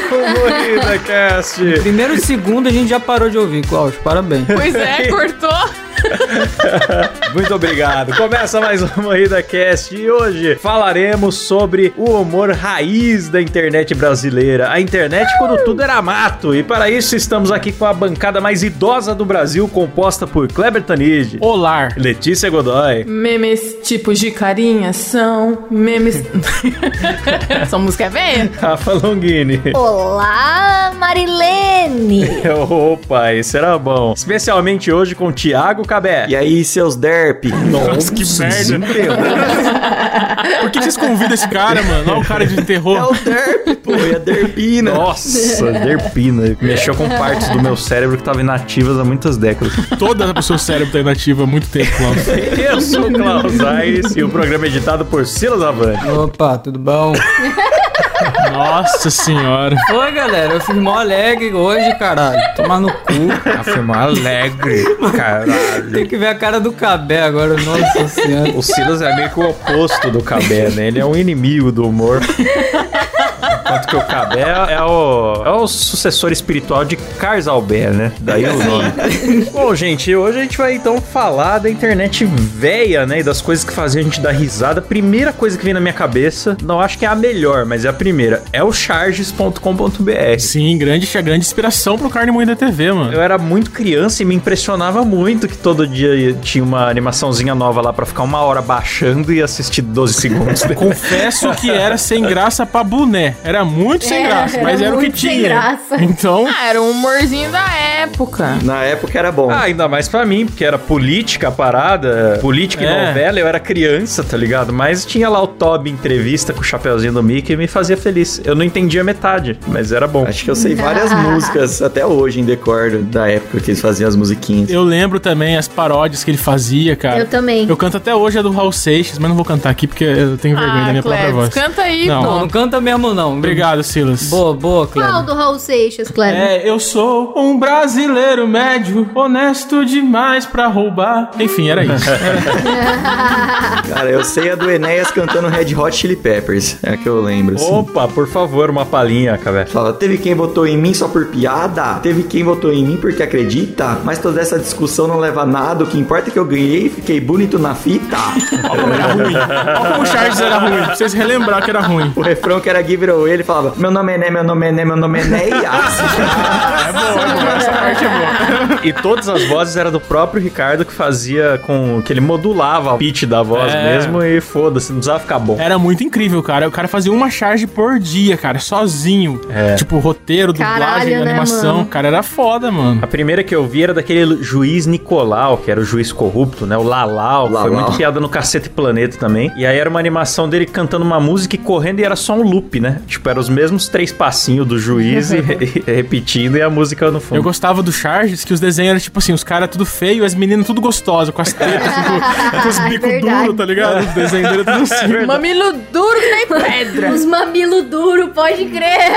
Corrida Cast. Primeiro e segundo a gente já parou de ouvir, Klaus. Parabéns. Pois é, cortou. Muito obrigado. Começa mais uma Corrida Cast e hoje falaremos sobre o humor raiz da internet brasileira. A internet quando tudo era mato. E para isso estamos aqui com a bancada mais idosa do Brasil, composta por Kleber Tanid, Olar. Letícia Godoy, Memes tipos de carinha são memes. São música é velha? Rafa Longini. Olá, Ah, Marilene! Opa, esse era bom. Especialmente hoje com Tiago Cabé. E aí, seus derp? Nossa, que merda. Por que vocês convidam esse cara, mano? Olha o cara de É o terror. derp, pô, é a derpina. Nossa, derpina. Mexeu com partes do meu cérebro que estavam inativas há muitas décadas. Toda a seu cérebro tá inativa há muito tempo, Cláudio. Eu sou o Klaus Aires e o programa é editado por Silas Avani. Opa, tudo bom? Nossa senhora. Oi, galera. Eu fiz mó alegre hoje, caralho. Tomar no cu. Afirmar alegre, caralho. Tem que ver a cara do Cabé agora, nossa senhora. O Silas é meio que o oposto do Cabé, né? Ele é um inimigo do humor. Enquanto que o Cabé é o, é o sucessor espiritual de Carlos Albert, né? Daí o nome. Bom, gente, hoje a gente vai então falar da internet véia, né? E das coisas que faziam a gente dar risada. Primeira coisa que vem na minha cabeça, não acho que é a melhor, mas é a primeira, é o charges.com.br. Sim, grande, grande inspiração pro Carne Moída TV, mano. Eu era muito criança e me impressionava muito que todo dia tinha uma animaçãozinha nova lá pra ficar uma hora baixando e assistir 12 segundos. Confesso que era sem graça pra boné. Era muito sem Era, graça, mas era era o que É, muito sem tinha. graça. Então, Ah, era um humorzinho da época. Na época era bom. Ah, ainda mais pra mim, porque era política a parada, política e É. novela, eu era criança, tá ligado? Mas tinha lá o Toby entrevista com o chapeuzinho do Mickey e me fazia feliz. Eu não entendia metade, mas era bom. Acho que eu sei várias músicas até hoje em decor da época que eles faziam as musiquinhas. eu lembro também as paródias que ele fazia, cara. Eu também. Eu canto até hoje a do Raul Seixas, mas não vou cantar aqui porque eu tenho Ah, vergonha da minha própria Cleves, voz. Ah, canta aí, Não. Não, não pô. canta mesmo, não. Obrigado, Silas. Boa, boa, Qual Cleber. do Raul Seixas, Cleber? É, eu sou um brasileiro médio, honesto demais pra roubar. Enfim, era isso. Cara, eu sei a do Enéas cantando Red Hot Chili Peppers. É a que eu lembro, assim. Opa, por favor, uma palhinha, cara. Fala, teve quem votou em mim só por piada? Teve quem votou em mim porque acredita? Mas toda essa discussão não leva a nada. O que importa é que eu ganhei e fiquei bonito na fita. Olha como era ruim. Olha como o Charles era ruim. Pra vocês relembrar que era ruim. o refrão que era Give It Away, ele falava: Meu nome é Né, meu nome é Né, meu nome é Enéas. É bom, é bom. Essa parte é boa. E todas as vozes era do próprio Ricardo que fazia com. que ele modulava o pitch da voz É. mesmo e foda-se, não precisava ficar bom. Era muito incrível, cara. O cara fazia uma charge por dia, cara, sozinho. É. Tipo, roteiro, dublagem, Caralho, né, animação. mano? Cara, era foda, mano. A primeira que eu vi era daquele juiz Nicolau, que era o juiz corrupto, né? O Lalau. Foi Lalau. muito piada no Cacete Planeta também. E aí era uma animação dele cantando uma música e correndo e era só um loop, né? Tipo, eram os mesmos três passinhos do juiz e, e repetindo e a música no Eu fundo. gostava do Charges, que os desenhos eram tipo assim, os caras tudo feio e as meninas tudo gostosas, com as tetas, tipo, com, com os bicos Verdade. duros, tá ligado? Os desenhos dele tudo assim. Mamilo duro que nem É. pedra. Os mamilo duro, pode crer!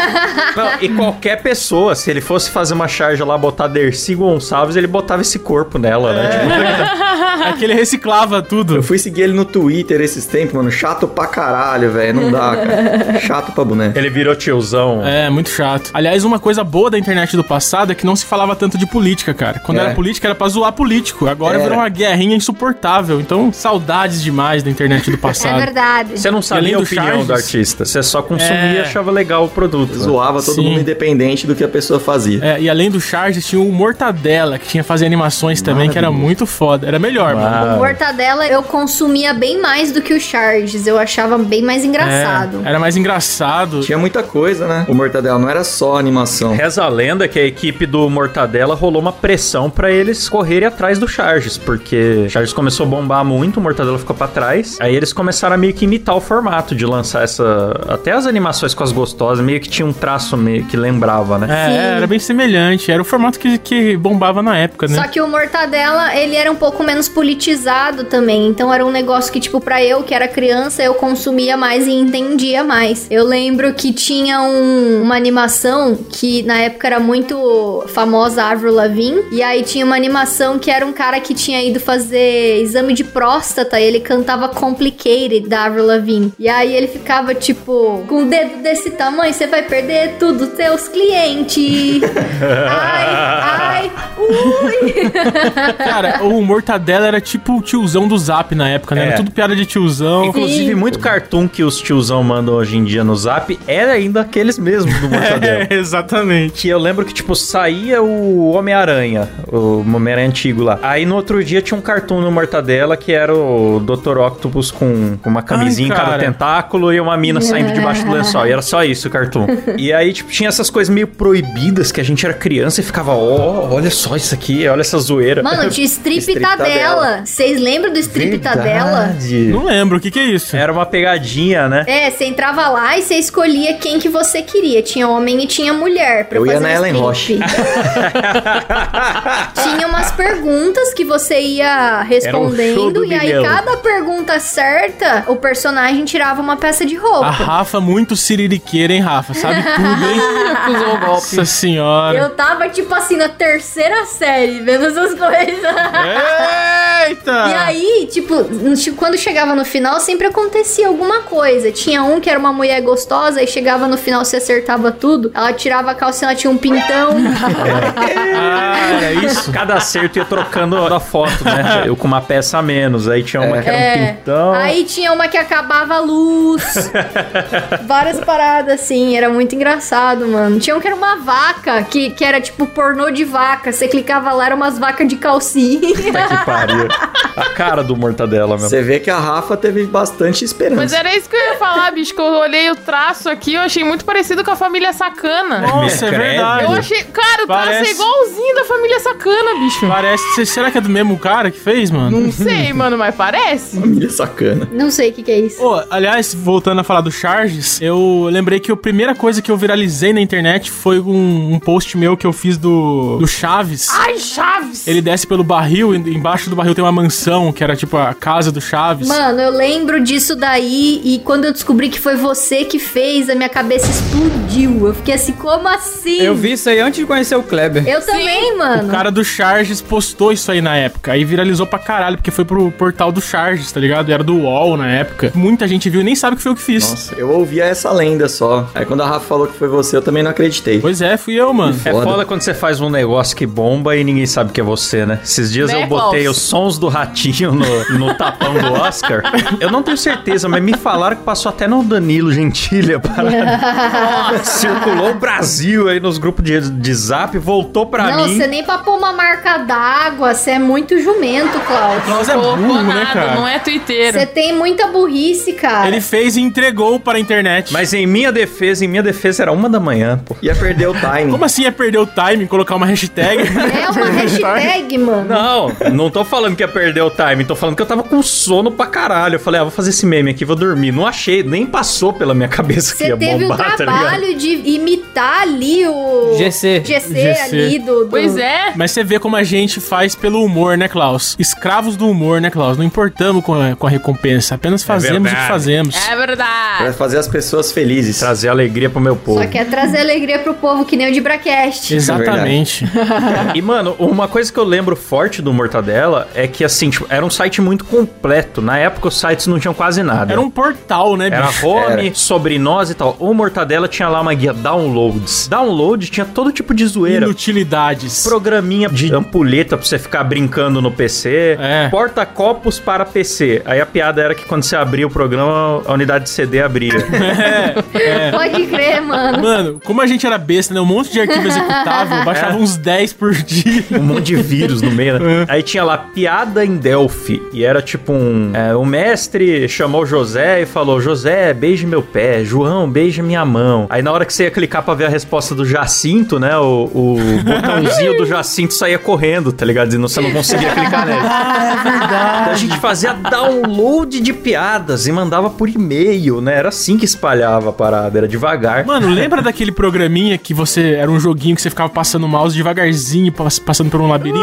Não, e qualquer pessoa, se ele fosse fazer uma charge lá, botar Dercy Gonçalves, ele botava esse corpo nela, né? Tipo, É que ele reciclava tudo. Eu fui seguir ele no Twitter esses tempos, mano. Chato pra caralho, velho. Não dá, cara. Chato pra boneco. ele virou tiozão. É, muito chato. Aliás, uma coisa boa da internet do passado é que não se falava tanto de política, cara. Quando É. era política, era pra zoar político. Agora Era. virou uma guerrinha insuportável. Então, saudades demais da internet do É passado. verdade. Você não sabia Além a do opinião charges- do artista, você só consumia e É. achava legal o produto. né? Zoava todo Sim. mundo independente do que a pessoa fazia. É, e além do Charges, tinha o Mortadela, que tinha fazer animações também, que era muito foda. Era melhor, mano. O Mortadela eu consumia bem mais do que o Charges, eu achava bem mais engraçado. É, era mais É. engraçado. Tinha muita coisa, né? O Mortadela não era só animação. Reza a lenda que a equipe do Mortadela rolou uma pressão pra eles correrem atrás do Charges, porque o Charges começou a bombar muito, o Mortadela ficou pra trás. Aí eles começaram a meio que imitar o formato de lançar essa. Até as animações com as gostosas, meio que tinha um traço meio que lembrava, né? É, era bem semelhante. Era o formato que, que bombava na época, né? Só que o Mortadela, ele era um pouco menos politizado também. Então era um negócio que, tipo, pra eu que era criança, eu consumia mais e entendia mais. Eu lembro que tinha um- uma animação que na época era muito famosa famosa Avril Lavigne. E aí tinha uma animação que era um cara que tinha ido fazer exame de próstata e ele cantava Complicated da Avril Lavigne. E aí ele ficava tipo, com o dedo desse tamanho, você vai perder tudo, teus clientes. ai, ai, ui. Cara, o Mortadela era tipo o tiozão do Zap na época, né? É. Era tudo piada de tiozão. Inclusive, muito cartoon que os tiozão mandam hoje em dia no zap era ainda aqueles mesmos do Mortadelo. É, exatamente. Que eu lembro que, tipo, saía o Homem-Aranha, o Homem-Aranha antigo lá. Aí no outro dia tinha um cartoon no Mortadela que era o Dr. Octopus com, com uma camisinha em cada cara. tentáculo e uma mina saindo debaixo do lençol. E era só isso o cartoon. e aí, tipo, tinha essas coisas meio proibidas que a gente era criança e ficava, ó, olha só isso aqui, olha essa zoeira. Mano, tinha strip Strip tadela. Tadela. Vocês lembram do strip tadela? Verdade. Não lembro, o que que é isso? Era uma pegadinha, né? É, você entrava lá e você escolhia quem que você queria. Tinha homem e tinha mulher. Pra Eu ia fazer na um Ellen strip. tinha umas perguntas que você ia um show respondendo. do e aí, milhão. cada pergunta certa, o personagem tirava uma peça de roupa. A Ah, Rafa muito siririqueira, hein, Rafa? Sabe tudo, hein? Acusou o golpe. Nossa senhora. Eu tava, tipo assim, na terceira série, vendo essas coisas. Ah. Eita! E aí, tipo, no- tipo, quando chegava no final, sempre acontecia alguma coisa. Tinha um que era uma mulher gostosa e chegava no final, se acertava tudo. Ela tirava a calça e ela tinha um pintão. Ah, era isso? Cada acerto ia trocando a foto, né? Eu com uma peça a menos. Aí tinha uma que era um É. pintão. Aí tinha uma que acabava a luz. Várias paradas, assim. Era muito engraçado, mano. Tinha um que era uma vaca, que, que era tipo pornô de vaca. Você clicava lá, eram umas vacas de calcinha. Puta que pariu. A cara do Mortadela, meu. Você vê que a Rafa teve bastante esperança. Mas era isso que eu ia falar, bicho, que eu olhei o traço aqui, eu achei muito parecido com a família sacana. Nossa, é Credo. Eu verdade. achei. Cara, o traço é Parece. igualzinho da família sacana, bicho. Parece. Será que é do mesmo cara que fez, mano? Não sei, mano, mas parece. Família sacana. Não sei o que, que é isso. Ô, aliás, voltando a falar do Charges, eu lembrei que a primeira coisa que eu viralizei na internet foi um, um post meu que eu fiz do, do Chaves. Ai, Chaves! Ele desce pelo barril, e embaixo do barril tem uma mansão, que era tipo a casa do Chaves. Mano, eu lembro disso daí e quando eu descobri que foi você que fez, a minha cabeça explodiu. Eu fiquei assim, como assim? Eu vi isso aí antes de conhecer o Kleber. Eu também, O mano. cara do Charges postou isso aí na época. Aí viralizou pra caralho, porque foi pro portal do Charges, tá ligado? Era do UOL na época. Muita gente viu e nem sabe que foi eu que fiz. Nossa, eu ouvia essa lenda só. Aí quando a Rafa falou que foi você, eu também não acreditei. Pois é, fui eu, mano. É Foda. foda quando você faz um negócio que bomba e ninguém sabe que é você, né? Esses dias Né, eu botei Klaus? os sons do ratinho no, no tapão do Oscar. Eu não tenho certeza, mas me falaram que passou até no Danilo Gentili a parada. Circulou o Brasil aí nos grupos de, de zap, voltou pra Não, mim. você nem pra pôr uma marca d'água, você é muito jumento, Klaus. Klaus é Colocou burro, nada, né, cara? não é twitteiro. tá Você tem muita burrice, cara. Ele fez e entregou para a internet. Mas em minha defesa, em minha defesa era uma da manhã, pô. Ia perder o timing. como assim é perder o time, colocar uma hashtag? É uma hashtag, mano. Não, não tô falando que ia perder o time, tô falando que eu tava com sono pra caralho. Eu falei, ah, vou fazer esse meme aqui, vou dormir. Não achei, nem passou pela minha cabeça que Você ia teve bombar, o tá ligado? trabalho de imitar ali o. GC. GC, GC. ali do. do- Pois é. Mas você vê como a gente faz pelo humor, né, Klaus? Escravos do humor, né, Klaus? Não importamos com a, com a recompensa, apenas fazemos o que É verdade. fazemos. É verdade. Pra fazer as pessoas felizes. Trazer alegria pro meu povo. Só é quer trazer alegria pro povo, que nem o de Bracast. é Exatamente. E, mano, uma coisa que eu lembro forte do Mortadela é que, assim, tipo, era um site muito completo. Na época, os sites não tinham quase nada. Era um portal, né, Era bicho? home, sobre nós e tal. O Mortadela tinha lá uma guia downloads. Download tinha todo tipo de zoeira. Inutilidades. programinha de ampulheta pra você ficar brincando no PC. É. Porta-copos para PC. Aí a piada era que quando você abria o programa, a unidade de CD abria. Pode crer, mano. Mano, como a gente era besta, né? Um monte de arquivo executável, baixava É. uns 10 por dia. um monte de vírus no meio, né? Aí tinha lá piada em Delphi. E era tipo um. é, o mestre chamou José e falou: José, beije meu pé. João, beije minha mão. Aí na hora que você ia clicar pra ver a resposta do Jacinto, né? O, o botãozinho do Jacinto saía correndo, tá ligado? E não- você não conseguia clicar nele. Então a gente fazia download de piadas e mandava por e-mail, né? Era assim que espalhava a parada, era devagar. Mano, lembra daquele programinha que você. Era um joguinho que você ficava passando o mouse devagarzinho, pass- passando por um labirinto?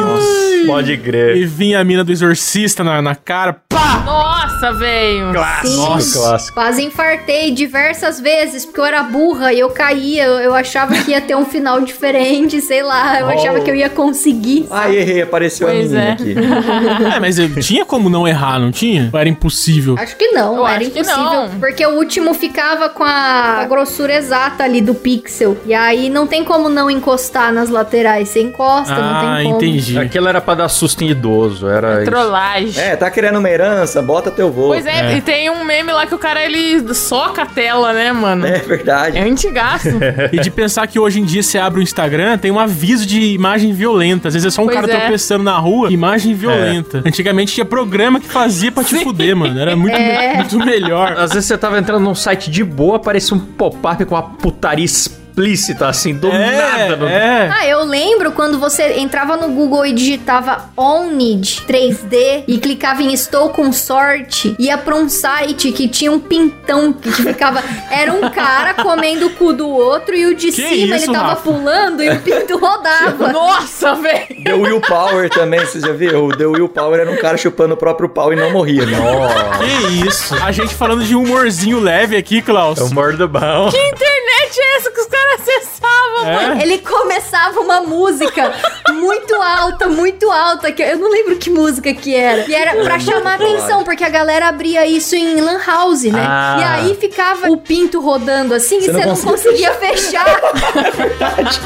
Pode crer. E vinha mina do exorcista na, na cara. Pá! Nossa, velho. Sim. Ah, Nossa, clássico. Quase infartei diversas vezes, porque eu era burra e eu caía. Eu, eu achava que ia ter um final diferente, sei lá. Eu achava que eu ia conseguir. Ai, Ah, errei, apareceu Pois a menina é. aqui. É, mas eu- tinha como não errar, não tinha? Ou Era impossível. Acho que não, Eu era acho que impossível. não. Porque o último ficava com a grossura exata ali do pixel. E aí não tem como não encostar nas laterais. Você encosta, não Ah, tem como. entendi. Aquilo era pra dar susto em idoso, era isso. Trollagem. É, tá querendo uma herança, bota teu voo. Pois é, e tem um meme lá que o cara ele soca a tela, né, mano? É É, verdade. antigaço. E de pensar que hoje em dia você abre o Instagram, tem um aviso de imagem violenta. Às vezes é só um Pois cara é. tropeçando na rua, imagem violenta. É. Antigamente tinha programa que fazia pra te fuder, mano. Era muito, É. muito melhor. Às vezes você tava entrando num site de boa, aparecia um pop-up com uma putaria explícita, assim, do nada. No... é. Ah, eu lembro quando você entrava no Google e digitava Onid 3D e clicava em Estou com sorte, ia pra um site que tinha um pintão que ficava. Era um cara comendo o cu do outro e o de cima isso, ele tava Rafa? pulando e o pinto rodava. Nossa, velho. The Will Power também, você já viu? O The Will Power era um cara chupando o próprio pau e não morria. né? Nossa. Que isso? A gente falando de humorzinho leve aqui, Klaus. É o mordo bom. Que internet é essa que os caras acessavam, mano? É? Ele começava uma música muito alta, muito alta, que eu não lembro que música que era. E era pra chamar atenção, porque a galera abria isso em lan house, né? Ah. E aí ficava o pinto rodando assim Você e não você não conseguia conseguia fechar.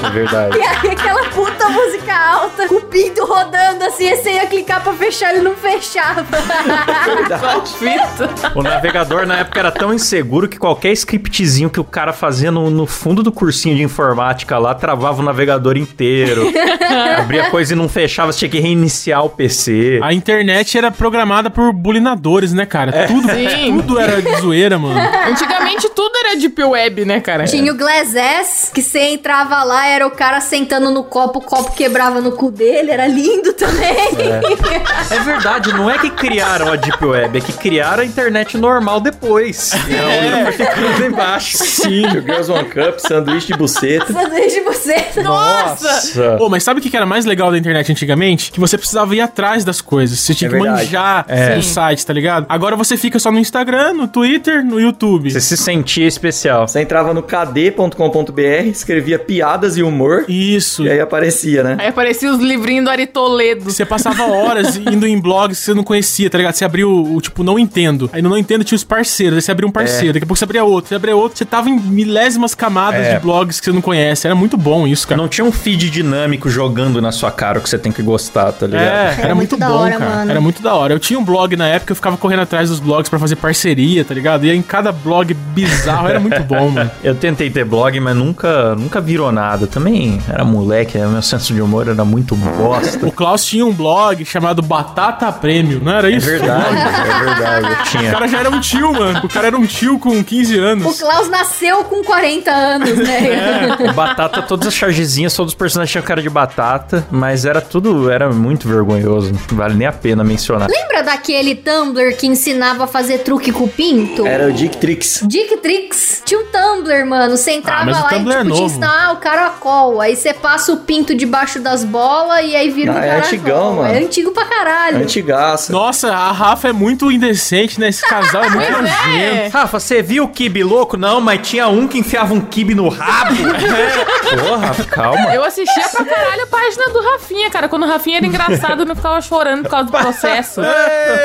É verdade. E aí aquela puta música alta, com o pinto rodando assim, e você ia clicar pra fechar, ele não fechava. O navegador na época era tão inseguro que qualquer scriptzinho que o cara fazia no, no fundo do cursinho de informática lá travava o navegador inteiro. Abria coisa e não fechava, você tinha que reiniciar o PC. A internet era programada por bulinadores, né, cara? Tudo, Sim. tudo era de zoeira, mano. Antigamente tudo era deep web, né, cara? Tinha o Glass Ass, que você entrava lá, era o cara sentando no copo, o copo quebrava no cu dele, era lindo também. É verdade, não é que criaram a Deep Web, é que criaram a internet normal depois. E a É. Web foi ficando embaixo. Sim. O Girls One Cup, sanduíche de buceta. Sanduíche de você. Nossa! Pô, mas sabe o que que era mais legal da internet antigamente? Que você precisava ir atrás das coisas. Você tinha É que verdade. manjar o site, tá ligado? Agora você fica só no Instagram, no Twitter, no YouTube. Você se sentia especial. Você entrava no kd.com.br, escrevia piadas e humor, Isso. e aí aparecia, né? Aí aparecia os livrinhos do Ari Toledo. Você passava horas indo em blogs que você não conhecia, tá ligado? Você abriu o, tipo, não entendo. Aí no não entendo tinha os parceiros. Aí você abria um parceiro, daqui a pouco você abria outro, você abria outro. Você tava em milésimas camadas É. de blogs que você não conhece. Era muito bom isso, cara. Não tinha um feed dinâmico jogando na sua cara o que você tem que gostar, tá ligado? É, era, Era muito, muito da bom, hora, cara. mano. Era muito da hora. Eu tinha um blog na época, eu ficava correndo atrás dos blogs pra fazer parceria, tá ligado? Ia em cada blog bizarro, era muito bom, mano. Eu tentei ter blog, mas nunca, nunca virou nada. Também era moleque, é, meu senso de humor era muito bosta. O Klaus tinha um blog chamado Batata Prêmio, não era É isso? verdade, é verdade. Eu O tinha. cara já era um tio, mano. O cara era um tio com 15 O anos. Klaus nasceu com 40 anos, né? O Batata, todas as chargezinhas, todos os personagens tinham cara de batata, mas era tudo, era muito vergonhoso. Não vale nem a pena mencionar. Lembra daquele Tumblr que ensinava a fazer truque com o pinto? Era o Dick Trix. Dick Tricks. Tinha um Tumblr, mano. Você entrava mas o lá e Tumblr tipo, é te novo. ensinava o caracol. Aí você passa o pinto debaixo das bolas e aí vira Não, um é caracol. antigão, mano. É antigo pra caralho. Antigaço. Nossa, a Rafa é muito indecente, né? Esse casal é muito nojento. É. Rafa, você viu o kibe louco? Não, mas tinha um que enfiava um kibe no rabo. Porra, calma. Eu assistia pra caralho a página do Rafinha, cara. Quando o Rafinha era engraçado, eu não ficava chorando por causa do processo.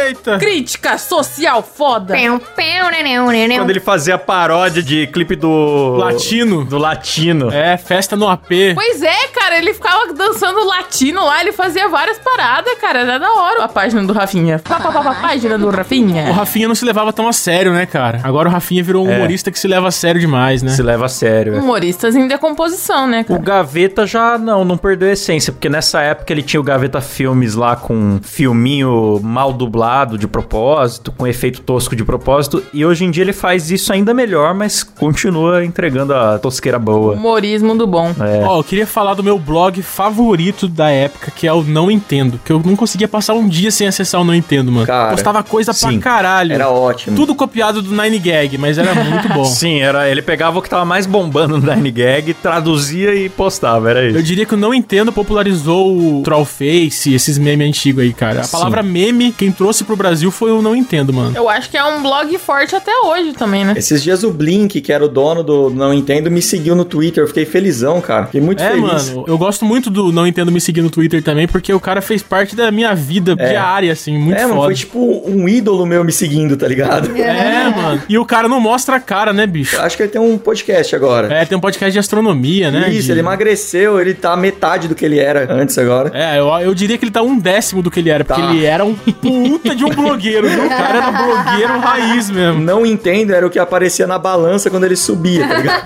Eita! Crítica social foda. Pão, pão, neném, neném. Quando ele fazia a paródia de clipe do. Latino. Do latino. É, festa no AP. Pois é, cara, ele ficava dançando latino lá, ele fazia várias paradas, cara. Era da hora a página do Rafinha. Pá, pá, pá, pá, página do O Rafinha. Rafinha não se levava tão a sério, né, cara? Agora o Rafinha virou um É. humorista que se leva a sério demais, né? Se leva a sério. é. Humoristas em decomposição, né, O cara? Gaveta já não, não perdeu a essência, porque nessa época ele tinha o Gaveta Filmes lá com um filminho mal dublado de propósito, com efeito tosco de propósito, e hoje em dia ele faz isso ainda melhor, mas continua entregando a tosqueira boa. Humorismo do bom. É. É. Ó, eu queria falar do meu blog favorito da época, que é o Não Entendo. Que eu não conseguia passar um dia sem acessar o Não Entendo, mano. Cara, Postava coisa sim. pra caralho. Era ótimo. Tudo copiado do Nine Gag, mas era muito bom. Sim, era, ele pegava o que tava mais bombando no Nine Gag, traduzia e postava, era Eu isso. diria que o Não Entendo popularizou o Trollface, esses memes antigos aí, cara. A Sim. palavra meme, quem trouxe pro Brasil foi o Não Entendo, mano. Eu acho que é um blog forte até hoje também, né? Esses dias o Blink, que era o dono do Não Entendo, me seguiu no Twitter. Eu fiquei felizão, cara. Fiquei muito É, feliz. mano, eu gosto muito do Não Entendo me seguir no Twitter também, porque o cara fez parte da minha vida diária, assim, muito é, foda. mano, foi tipo um ídolo meu me seguindo, tá ligado? É, mano. E o cara não mostra a cara, né, bicho? Acho que ele tem um podcast agora. É, tem um podcast de astronomia, né? Isso, de- ele é emagreceu, ele tá metade do que ele era antes agora. É, eu, eu diria que ele tá um décimo do que ele era, porque Tá. ele era um puta de um blogueiro, viu? O cara era blogueiro raiz mesmo. Não entendo, era o que aparecia na balança quando ele subia, tá ligado?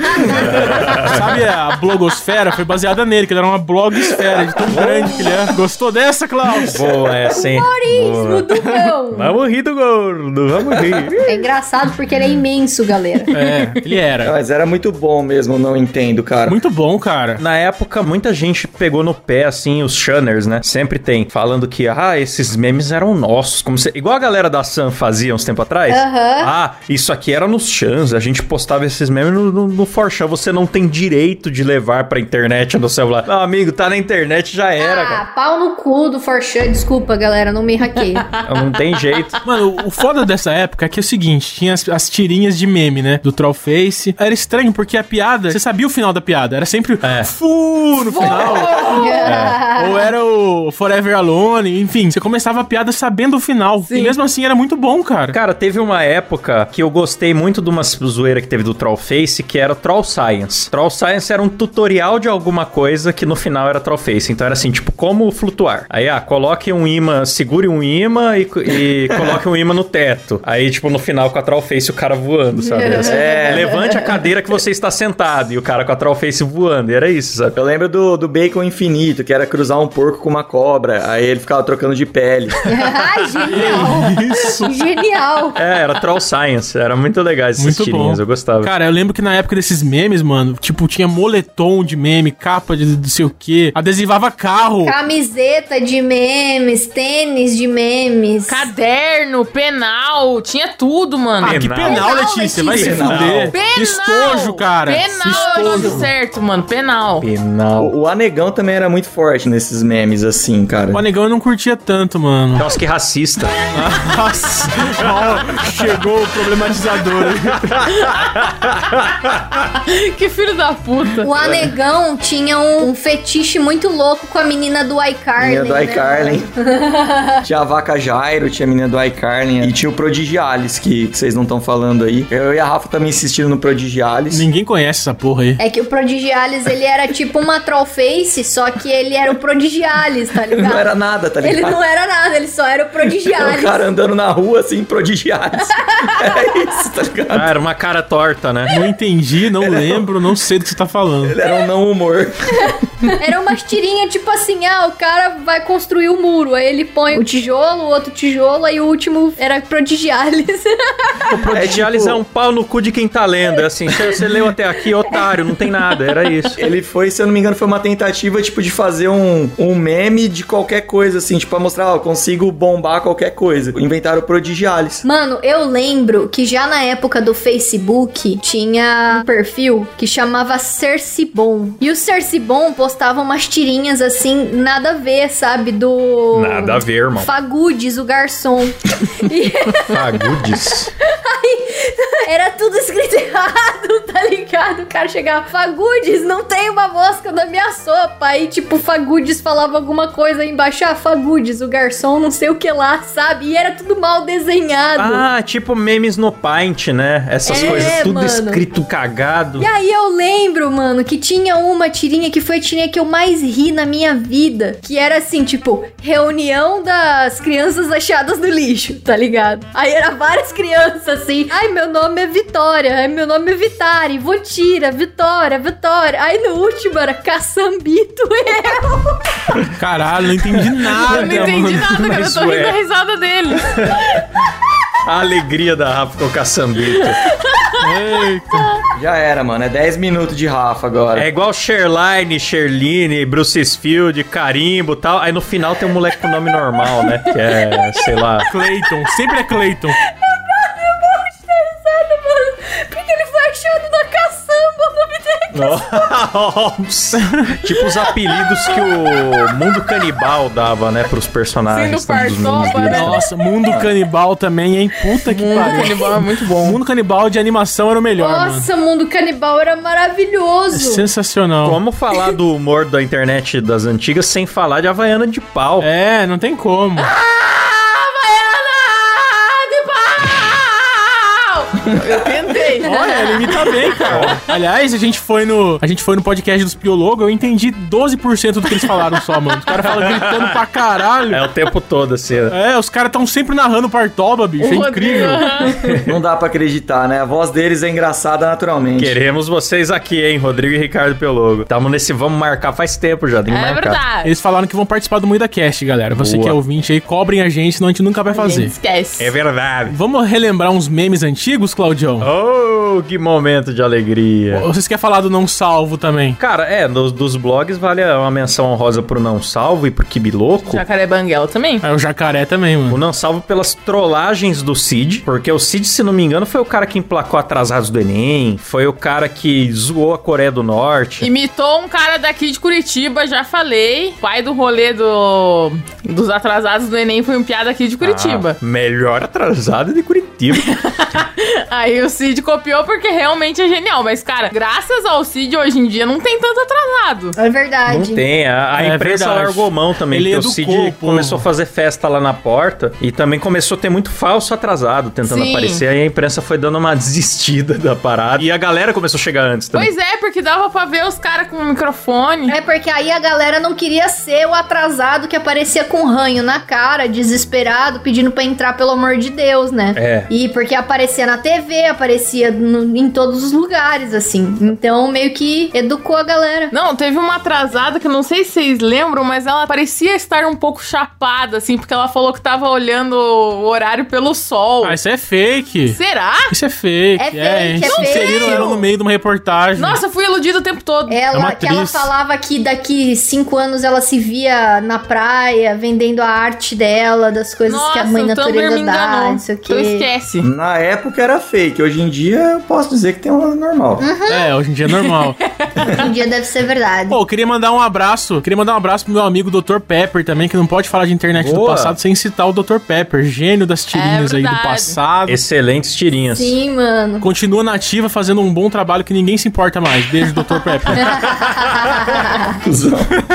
Sabe a blogosfera? Foi baseada nele, que ele era uma blogosfera de tão grande que ele é. Gostou dessa, Klaus? Boa, é assim. Turismo do cão. Vamos rir do gordo, vamos rir. É engraçado porque ele é imenso, galera. É, ele era. Mas era muito bom mesmo, não entendo, cara. Muito bom, cara. Na época, muita gente pegou no pé, assim, os Shunners, né? Sempre tem, falando que, ah, esses memes eram nossos. Como se... Igual a galera da Sun fazia uns tempo atrás. Aham. Ah, isso aqui era nos Shans, a gente postava esses memes no, no, no 4chan. Você não tem direito de levar pra internet no celular. Meu amigo, tá na internet, já era, Ah, pau no cu do Forchan. Desculpa, galera, não me hackeei. cara. Não tem jeito. Mano, o foda dessa época é que é o seguinte: tinha as, as tirinhas de meme, né? Do Trollface. Era estranho porque a piada, você sabia o final da piada, era sempre É. fu no final. Ou era o Forever Alone, enfim, você começava a piada sabendo o final. E mesmo assim era muito bom, cara. Cara, teve uma época que eu gostei muito de uma zoeira que teve do Trollface, que era o Troll Science. Troll Science era um tutorial de alguma coisa que no final era Trollface. Então era assim, tipo, como flutuar. Aí, ah, coloque um imã, segure um imã e, co- e coloque um imã no teto. Aí, tipo, no final com a Trollface o cara voando, sabe? Assim, É. Levante a cadeira que você está sentado e o cara com a Trollface voando. E era isso, sabe? Eu lembro do, do Bacon Infinito, que era cruzar um porco com uma cobra, aí ele ficava trocando de pele. Ai, genial. Genial. É, era Troll Science. Era muito legal esses Muito tirinhos, bom. eu gostava. Cara, eu lembro que na época desses memes, mano, tipo, tinha moletom de meme, capa de não sei o quê, adesivava carro. Camiseta de memes, tênis de memes. Caderno, penal, tinha tudo, mano. Ah, que Penal. penal, Penal, Letícia, vai se Letícia. fuder. Penal! Estojo, cara. Penal é o Estojo. jeito certo, mano. Penal. Penal. O, o Anegão também era muito forte nesses memes, assim, cara. O Anegão eu não curtia tanto, mano. Nossa, É um que racista. Nossa, ó, chegou o problematizador. que filho da puta. O Anegão tinha um, um fetiche muito louco com a menina do iCarly. Menina do né? iCarly. tinha a vaca Jairo, tinha a menina do iCarly. E tinha o Prodigialis, que, que vocês não estão falando aí. Eu e a Rafa também assistindo no Prodigialis. Ninguém conhece essa porra aí. É que o Prodigialis, ele era tipo uma trollface, só que ele era o Prodigialis, tá Ele ligado? não era nada, tá ligado? Ele não é era nada, ele só era o Era um Prodigialis. cara andando na rua, assim, Prodigialis. é isso, tá ligado? Ah, era uma cara torta, né? Não entendi, não lembro, um- não sei do que você tá falando. Ele era um não humor. Era umas tirinhas tipo assim: ah, o cara vai construir o muro. Aí ele põe o tijolo, o outro tijolo, aí o último era Prodigialis. O tipo- Prodigialis é, um pau no cu de quem tá lendo. É assim, você, você leu até aqui, otário, não tem nada. Era isso. Ele foi, se eu não me engano, foi uma tentativa, tipo, de fazer um, um meme de qualquer coisa, assim, tipo, pra mostrar, ó, eu consigo bombar qualquer coisa. Inventaram o Prodigialis. Mano, eu lembro que já na época do Facebook tinha um perfil que chamava Cercibon. E o Cercibon postava umas tirinhas assim, nada a ver, sabe? Do. Nada a ver, irmão. Fagudes, o garçom. e Fagudes. era tudo escrito errado, tá ligado? O cara chegava, Fagudes, não tem uma mosca na minha sopa. Aí, tipo, Fagudes falava alguma coisa aí embaixo, ah, Fagudes, o garçom, não sei o que lá, sabe? E era tudo mal desenhado. Ah, tipo memes no Paint, né? Essas É, coisas, tudo mano. escrito cagado. E aí eu lembro, mano, que tinha uma tirinha que foi a tirinha que eu mais ri na minha vida. Que era assim, tipo, reunião das crianças achadas no lixo, tá ligado? Aí era várias crianças assim. Ai, meu nome é Vitória, ai, meu nome é Vitari, Votira, Vitória, Vitória. Aí no último era Caçambito. Caralho, não entendi nada, um Eu não entendi mano. é. nada, cara. Eu Isso tô rindo Ah, é. da risada dele. A alegria da Rafa com o caçambito. Já era, mano. É 10 minutos de Rafa agora. É igual Sherline, Sherline, Bruce Sfield, Carimbo e tal. Aí no final tem um moleque com nome normal, né? Que é, sei lá. Clayton, sempre é Clayton. Porque ele foi achado na caçamba o nome dele. Nossa. tipo os apelidos que o mundo canibal dava, né, pros personagens. Sendo né, dos mundos partoba, deles. né? Nossa, Mundo Canibal também, hein? Puta que pariu. Canibal é muito bom. Mundo Canibal de animação era o melhor, mano. Nossa, mundo canibal era É maravilhoso. sensacional. Como falar do humor da internet das antigas sem falar de Havaiana de pau? É, não tem como. Eu tentei. Olha, ele imita bem, cara. Aliás, a gente foi no, a gente foi no podcast dos Piologo, eu entendi 12% do que eles falaram só, mano. Os caras falam gritando pra caralho. É o tempo todo, assim. né? É, os caras estão sempre narrando Partoba, bicho. é incrível. Não dá pra acreditar, né? A voz deles é engraçada naturalmente. Queremos vocês aqui, hein, Rodrigo e Ricardo Pelogo. Tamo nesse vamos marcar faz tempo já, tem que É marcar. verdade. Eles falaram que vão participar do Moída Cast, galera. Você Boa. que é ouvinte aí, cobrem a gente, senão a gente nunca vai fazer. Esquece. É verdade. Vamos relembrar uns memes antigos, Claudião? Oh, que momento de alegria. Ou Vocês querem falar do Não Salvo também? Cara, é, dos, dos blogs vale uma menção honrosa pro Não Salvo e pro Kibiloco. Jacaré Banguel também. É o Jacaré também, O mano. Não Salvo pelas trollagens do Cid, porque o Cid, se não me engano, foi o cara que emplacou atrasados do Enem, foi o cara que zoou a Coreia do Norte. Imitou um cara daqui de Curitiba, já falei. Pai do rolê do, dos atrasados do Enem foi um piada aqui de Curitiba. Ah, melhor atrasado de Curitiba. Aí o Cid copiou porque realmente é genial. Mas, cara, graças ao Cid, hoje em dia não tem tanto atrasado. É verdade. Não tem, a, a É imprensa verdade. largou mão também, Ele porque o educou o Cid povo. começou a fazer festa lá na porta e também começou a ter muito falso atrasado tentando Sim. aparecer, aí a imprensa foi dando uma desistida da parada e a galera começou a chegar antes também. Pois é, porque dava pra ver os caras com o microfone. É porque aí a galera não queria ser o atrasado que aparecia com ranho na cara, desesperado, pedindo pra entrar, pelo amor de Deus, né? É. E porque aparecia na TV, aparecia no- em todos os lugares, assim. Então meio que educou a galera. Não, teve uma atrasada que eu não sei se vocês lembram, mas ela parecia estar um pouco chapada, assim, porque ela falou que tava olhando o horário pelo sol. Ah, isso é fake. Será? Isso é fake. É fake, é Eles Inseriram fake. ela no meio de uma reportagem. Nossa, eu fui iludido o tempo todo. Ela, uma que ela atriz. falava que daqui cinco anos ela se via na praia vendendo a arte dela, das coisas que a mãe o Tumblr natureza me dá, enganou. não sei o Então quê. esquece. Na época era fake, hoje em dia eu posso dizer que tem um normal. É, hoje em dia é normal. Hoje em dia deve ser verdade. Pô, eu queria mandar um abraço. Queria mandar um abraço pro meu amigo Dr. Pepper também, que não pode falar de internet do Boa. passado sem citar o Dr. Pepper, gênio das É tirinhas aí do verdade. é. passado. Excelentes tirinhas. Sim, mano. Continua nativa fazendo um bom trabalho que ninguém se importa mais. Beijo, Dr. Pepper.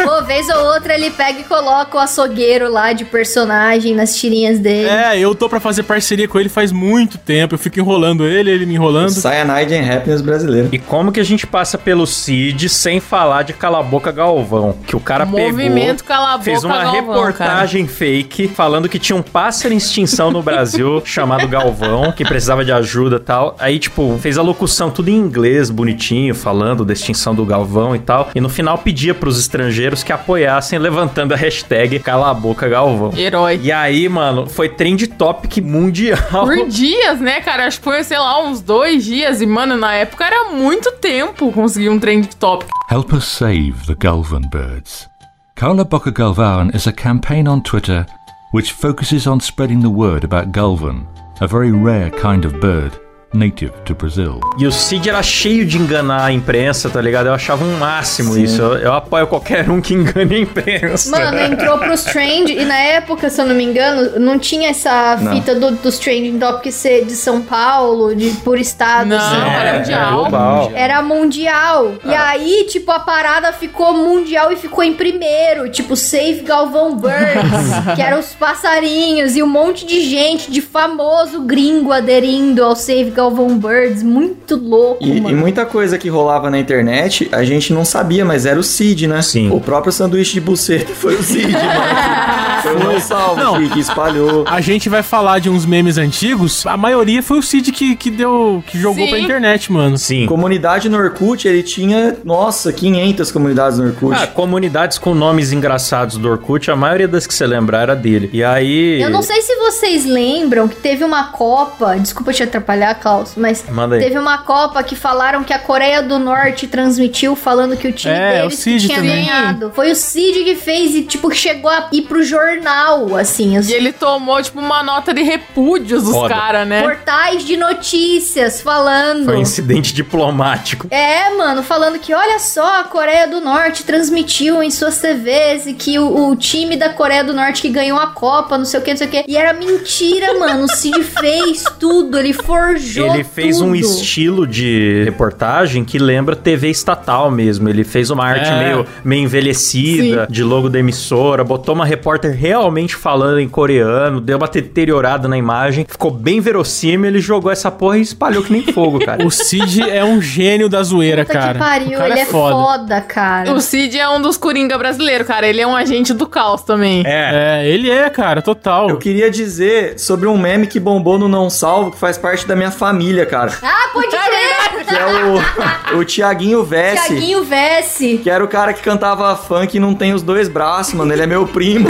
Pô, vez ou outra ele pega e coloca o açougueiro lá de personagem nas tirinhas dele. é, eu tô pra fazer parceria com ele faz muito tempo. Eu fico enrolando ele, ele me enrolando. Cyanide and Happiness brasileiro. E como que a gente passa pelo Cid sem falar de Cala a Boca Galvão? Que o cara Movimento pegou, Cala a Boca fez uma Galvão, reportagem fake falando que tinha um pássaro em extinção no Brasil chamado Galvão, que precisava de ajuda e tal. Aí, tipo, fez a locução tudo em inglês, bonitinho, falando da extinção do Galvão e tal. E no final pedia pros estrangeiros que apoiassem levantando a hashtag Cala a Boca Galvão. Herói. E aí, mano, foi trend topic mundial. Por dias, né, cara? Acho que foi, sei lá, uns dois dias. E, mano, na época era muito tempo conseguir um trend top. Help us save the Gulvan birds. Carla Boca Galvan is a campaign on Twitter which focuses on spreading the word about Gulvan, a very rare kind of bird native to Brazil. E o Cid era cheio de enganar a imprensa, tá ligado? Eu achava um máximo isso. Eu, eu apoio qualquer um que engane a imprensa. Mano, é entrou pros trend e na época, se eu não me engano, não tinha essa Não. fita do- dos trending topics ser de São Paulo, de por estado. Não, assim. era mundial. É, global. Era mundial. E aí, tipo, a parada ficou mundial e ficou em primeiro. Tipo, Save Galvão Birds, que eram os passarinhos e um monte de gente de famoso gringo aderindo ao Save Galvão Birds, muito louco, E, e mano. muita coisa que rolava na internet, a gente não sabia, mas era o Cid, né? Sim. O próprio sanduíche de buceta foi o Cid, mano. Foi o Salvo Não. que, que espalhou. A gente vai falar de uns memes antigos. A maioria foi o Cid que, que deu. que jogou Sim. pra internet, mano. Sim. Comunidade no Orkut, ele tinha, nossa, 500 comunidades no Orkut. Ah, comunidades com nomes engraçados do Orkut, a maioria das que você lembrar era dele. E aí. Eu não sei se vocês lembram que teve uma Copa. Desculpa te atrapalhar, Klaus, mas Manda aí. teve uma Copa que falaram que a Coreia do Norte transmitiu falando que o time É, deles o Cid que tinha também. ganhado. Foi o Cid que fez e, tipo, chegou a ir pro jornal, assim, os E ele tomou, tipo, uma nota de repúdios dos Foda. caras, né? portais de notícias falando. Foi um incidente diplomático. É, mano, falando que olha só, a Coreia do Norte transmitiu em suas TVs e que o, o time da Coreia do Norte que ganhou a Copa, não sei o que, não sei o que. E era mentira, mano. O Cid fez tudo, ele forjou. Ele fez um tudo. estilo de reportagem que lembra TV estatal mesmo. Ele fez uma arte É. meio, meio envelhecida, de logo da emissora, botou uma repórter realmente falando em coreano, deu uma deteriorada na imagem, ficou bem verossímil, ele jogou essa porra e espalhou que nem fogo, cara. O Cid é um gênio da zoeira, Puta cara. que pariu, o cara ele é foda. cara. O Cid é um dos Coringa brasileiro, cara. Ele é um agente do caos também. É. É, ele é, cara, total. Eu queria dizer sobre um meme que bombou no Não Salvo, que faz parte da minha família, cara. Ah, pode ver! Que é o, o Tiaguinho Vesse. Tiaguinho Vesse. Que era o cara que cantava funk e não tem os dois braços, mano. Ele é meu primo.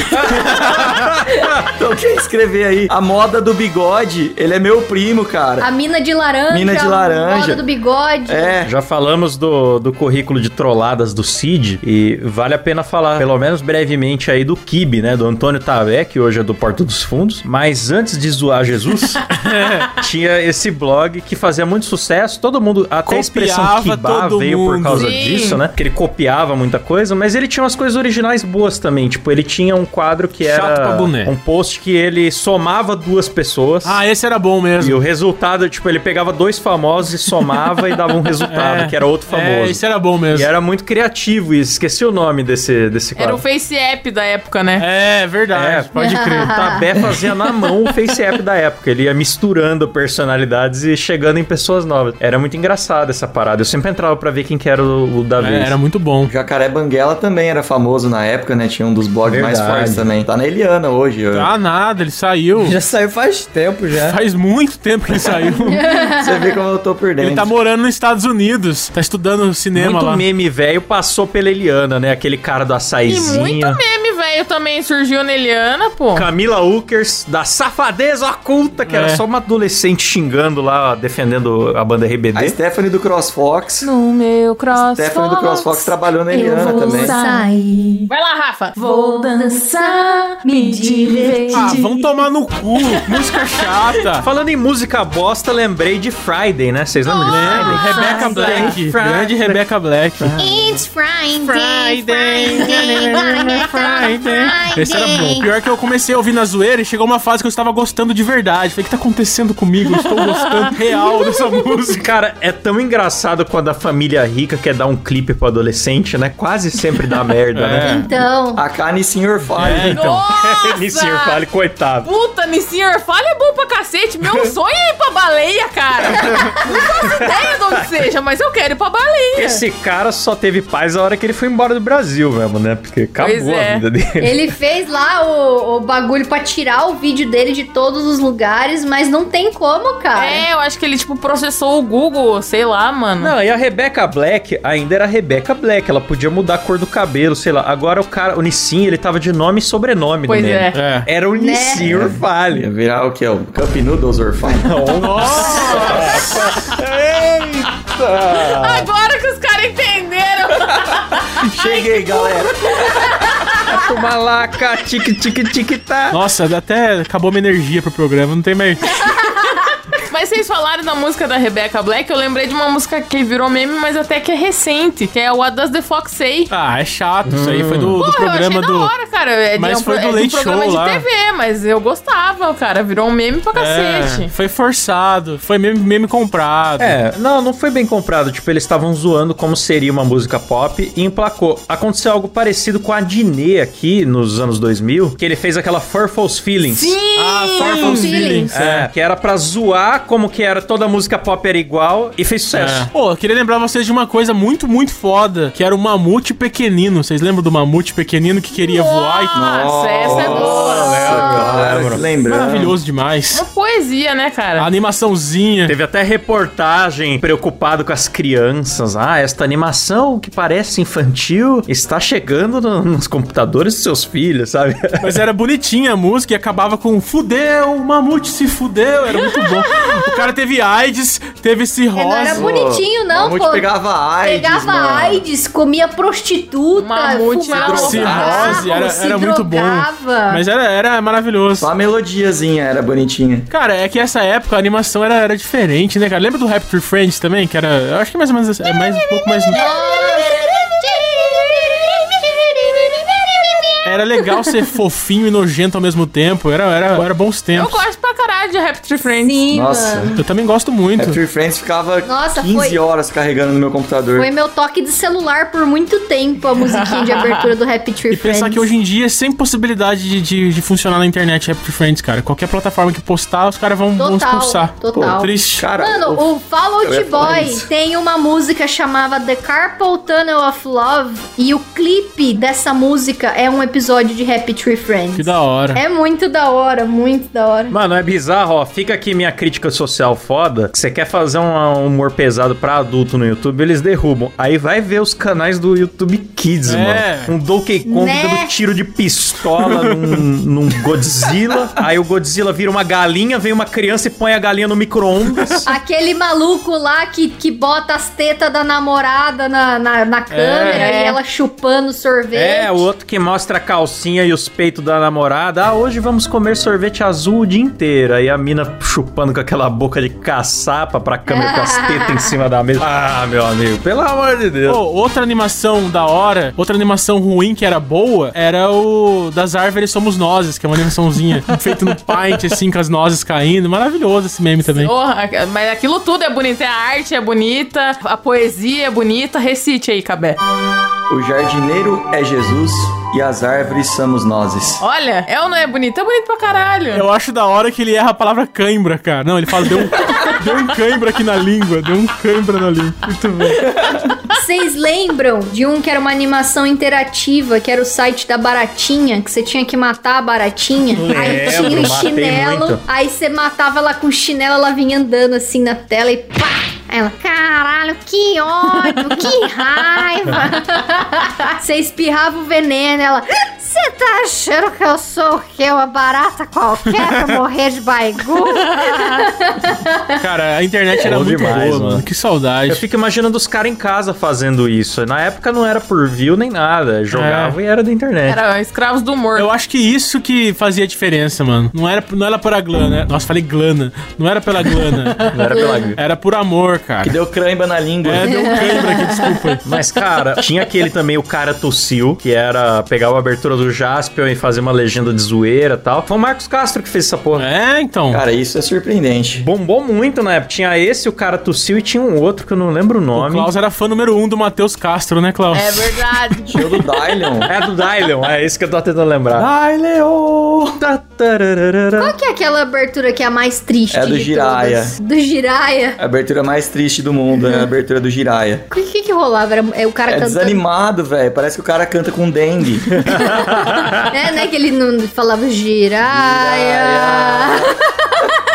então quem escrever aí? A moda do bigode, ele é meu primo, cara. A mina de laranja. Mina de laranja. A moda do bigode. É. Já falamos do, do currículo de trolladas do Cid e vale a pena falar, pelo menos brevemente, aí do Kibe, né? Do Antônio Tavé, que hoje é do Porto dos Fundos. Mas antes de zoar Jesus, tinha esse blog que fazia muito sucesso. Todo mundo, até a expressão Copiava Kibá todo veio por mundo. causa Sim. disso, né? Que ele copiava muita coisa, mas ele tinha umas coisas originais boas também. Tipo, ele tinha um quadro que Chato pra era boné. um post que ele somava duas pessoas. Ah, esse era bom E mesmo. o resultado, tipo, ele pegava dois famosos e somava e dava um resultado, É. que era outro É, famoso. esse era bom e mesmo. era muito criativo isso. Esqueci o nome desse, desse Era quadro. o Face App da época, né? É, verdade, É. pode o crer. Ah. Tabé fazia na mão o Face App da época. Ele ia misturando personalidades e chegando em pessoas novas. Era muito engraçado essa parada. Eu sempre entrava pra ver quem que era o, o da É, vez. era muito bom. Jacaré Banguela também era famoso na época, né? Tinha um dos blogs mais Verdade. fortes também. Tá na Eliana hoje. eu- Ah, nada, ele saiu. Já saiu faz tempo já. Faz muito tempo que ele saiu. Você vê como eu tô por dentro. ele tá morando nos Estados Unidos. Tá estudando cinema muito lá. meme velho passou pela Eliana, né? Aquele cara do E muito açaizinho. meme, velho, também surgiu na Eliana, pô. Camila Ukers, da safadeza oculta, que era É. só uma adolescente xingando lá, defendendo a banda RBD. A Stephanie do CrossFox. No meu cross. Stephanie do CrossFox trabalhou na Eliana vou também. usar. Sair. Vai lá, Rafa. Vou dançar, me divertir. Ah, vão tomar no cu. Música chata. Falando em música bosta, lembrei de Friday, né? Vocês lembram de Ah. Lembro, Friday? Rebecca Black. Grande Rebecca Black. It's Friday, Friday, Friday, Friday. Esse era bom. Pior que eu comecei a ouvir na zoeira e chegou uma fase que eu estava gostando de verdade. Falei, o que tá acontecendo comigo? Eu estou gostando real dessa música. Cara, é tão engraçado quando a família rica quer dar um clipe pro adolescente, né? Quase sempre dá merda, né? Então. A Kanye Sr. É, Fire. então. Nissinho Nossa! fale, coitado. Puta, Nissinho Falha é bom pra cacete. Meu sonho é ir pra baleia, cara. Não faço ideia de onde seja, mas eu quero ir pra baleia. Esse cara só teve paz a hora que ele foi embora do Brasil mesmo, né? Porque Pois acabou é. a vida dele. Ele fez lá o, o bagulho pra tirar o vídeo dele de todos os lugares, mas não tem como, cara. É, eu acho que ele, tipo, processou o Google, sei lá, mano. Não, e a Rebecca Black ainda era Rebecca Black. Ela podia mudar a cor do cabelo, sei lá. Agora o cara, o Nissin, ele tava de nome e sobrenome pois no meme. é. É. Era o Né? Nissin Orfale. Ia virar o que é o Cup Noodles or Fire. Então, Eita! Ah. Agora que os caras entenderam. Cheguei, galera. Malaca, tique, tique, tique, tá. Nossa, até acabou minha energia pro programa, não tem mais. Mas vocês falaram da música da Rebecca Black, eu lembrei de uma música que virou meme, mas até que é recente, que é What Does the Fox Say? Ah, é chato. Isso aí foi Ah, do, do Porra, eu achei programa da do. hora, cara. É de Mas um, foi pro- é de do um Late programa Show de lá. TV, mas eu gostava, cara. Virou um meme pra É, cacete. foi forçado, foi meme, meme comprado. É, não, não foi bem comprado. Tipo, eles estavam zoando como seria uma música pop e emplacou. Aconteceu algo parecido com a Diné aqui nos anos 2000, que ele fez aquela Fur False Feelings. Sim! Ah, Farfel Feelings. É, que era pra zoar como como que era toda música pop era igual e fez sucesso. É. Pô, eu queria lembrar vocês de uma coisa muito, muito foda, que era o mamute pequenino. Vocês lembram do mamute pequenino que queria voar e Nossa, essa é boa. Cara, que lembrança. Maravilhoso demais. Uma poesia, né, cara? A animaçãozinha. Teve até reportagem preocupado com as crianças. Ah, esta animação que parece infantil está chegando no- nos computadores dos seus filhos, sabe? Mas era bonitinha a música e acabava com fudeu, o mamute se fudeu. Era muito bom. o cara teve AIDS, teve não era cirrose. bonitinho, não, Mamute pô. pegava AIDS, Pegava mano. AIDS, comia prostituta, Mamute fumava se cigarro, Cirrose, era, se era muito bom. drogava. Mas era, era maravilhoso. Só a melodiazinha era bonitinha. Cara, é que essa época a animação era, era diferente, né, cara? Lembra do Rapture Friends também? Que era. Eu acho que mais ou menos. É mais, um pouco mais. Era legal ser fofinho e nojento ao mesmo tempo. Era, era, era bons Eu tempos. gosto pra caralho de Rapture Friends. Sim, Nossa. mano. Eu também gosto muito. After Friends ficava Nossa, 15 foi- horas carregando no meu computador. Foi meu toque de celular por muito tempo a musiquinha de abertura do Happy Tree E pensar que hoje em dia é sem possibilidade de, de, de funcionar na internet Rapture Friends, cara. Qualquer plataforma que postar, os caras vão, vão Total, expulsar. total. Triste. Cara, Mano, o- o Fall Out ia falar Boy isso. tem uma música chamada The Carpal Tunnel of Love e o clipe dessa música é um episódio de Happy Tree Friends. Que da hora. É muito da hora, muito da hora. Mano, é bizarro, ó. Fica aqui minha crítica social foda. Você quer fazer um humor pesado pra adulto no YouTube, eles derrubam. Aí vai ver os canais do YouTube Kids, É. mano. Um Donkey Kong Né? dando tiro de pistola num, num Godzilla. Aí o Godzilla vira uma galinha, vem uma criança e põe a galinha no micro-ondas. Aquele maluco lá que, que bota as tetas da namorada na, na, na câmera É. e ela chupando sorvete. É, o outro que mostra a calcinha e os peitos da namorada. Ah, hoje vamos comer sorvete azul o dia inteiro. Aí a mina chupando com aquela boca de caçapa pra câmera com as tetas em cima da mesa. Ah, meu amigo, pelo amor de Deus. Pô, outra animação da hora, outra animação ruim que era boa, era o das árvores somos nozes, que é uma animaçãozinha feita no Paint, assim, com as nozes caindo. Maravilhoso esse meme também. Porra, mas aquilo tudo é bonito. É A arte é bonita, a poesia é bonita. Recite aí, Cabé. o jardineiro é Jesus e as árvores somos nós. Olha, é ou não é bonito? É bonito pra caralho. Eu acho da hora que ele erra a palavra cãibra, cara. Não, ele fala, deu um, deu um cãibra aqui na língua, deu um cãibra na língua. Muito bem. Vocês lembram de um que era uma animação interativa, que era o site da baratinha, que você tinha que matar a baratinha? aí Lembro, tinha o matei chinelo, muito. aí você matava ela com o chinelo, ela vinha andando assim na tela e pá! Aí ela, caralho, que ódio, que raiva! Você espirrava o veneno, ela, você tá achando que eu sou o quê? Uma barata qualquer pra morrer de baigu? Cara, a internet era Bom muito demais, boa, mano. mano. Que saudade. Eu fico imaginando os caras em casa fazendo isso. Na época não era por view nem nada. É. Jogava e era da internet. Era escravos do humor. Eu acho que isso que fazia a diferença, mano. Não era, não era pela glana. Nossa, falei glana. Não era pela glana. Não era pela view. Era por amor, Que cara. deu cramba na língua. É, deu um cãibra aqui, desculpa. aí. Mas, cara, tinha aquele também, o cara tossiu, que era pegar a abertura do Jaspion e fazer uma legenda de zoeira e tal. Foi o Marcos Castro que fez essa porra. É, então. Cara, isso é surpreendente. Bombou muito na época. Tinha esse, o cara tossiu e tinha um outro que eu não lembro o O nome. Klaus era fã número um do Matheus Castro, né, Klaus? É verdade. Show do Dylion. É do Dylion, é esse que eu tô tentando lembrar. Dylion! Tá, tarararara. Qual que é aquela abertura que é a mais triste É do de Jiraya. todas? Do Jiraya? A abertura mais triste do mundo, né? A abertura do Jiraya. O que, que que rolava? Era, é, o cara É cantando. desanimado, velho. Parece que o cara canta com dengue. É, né? Que ele não falava giraia.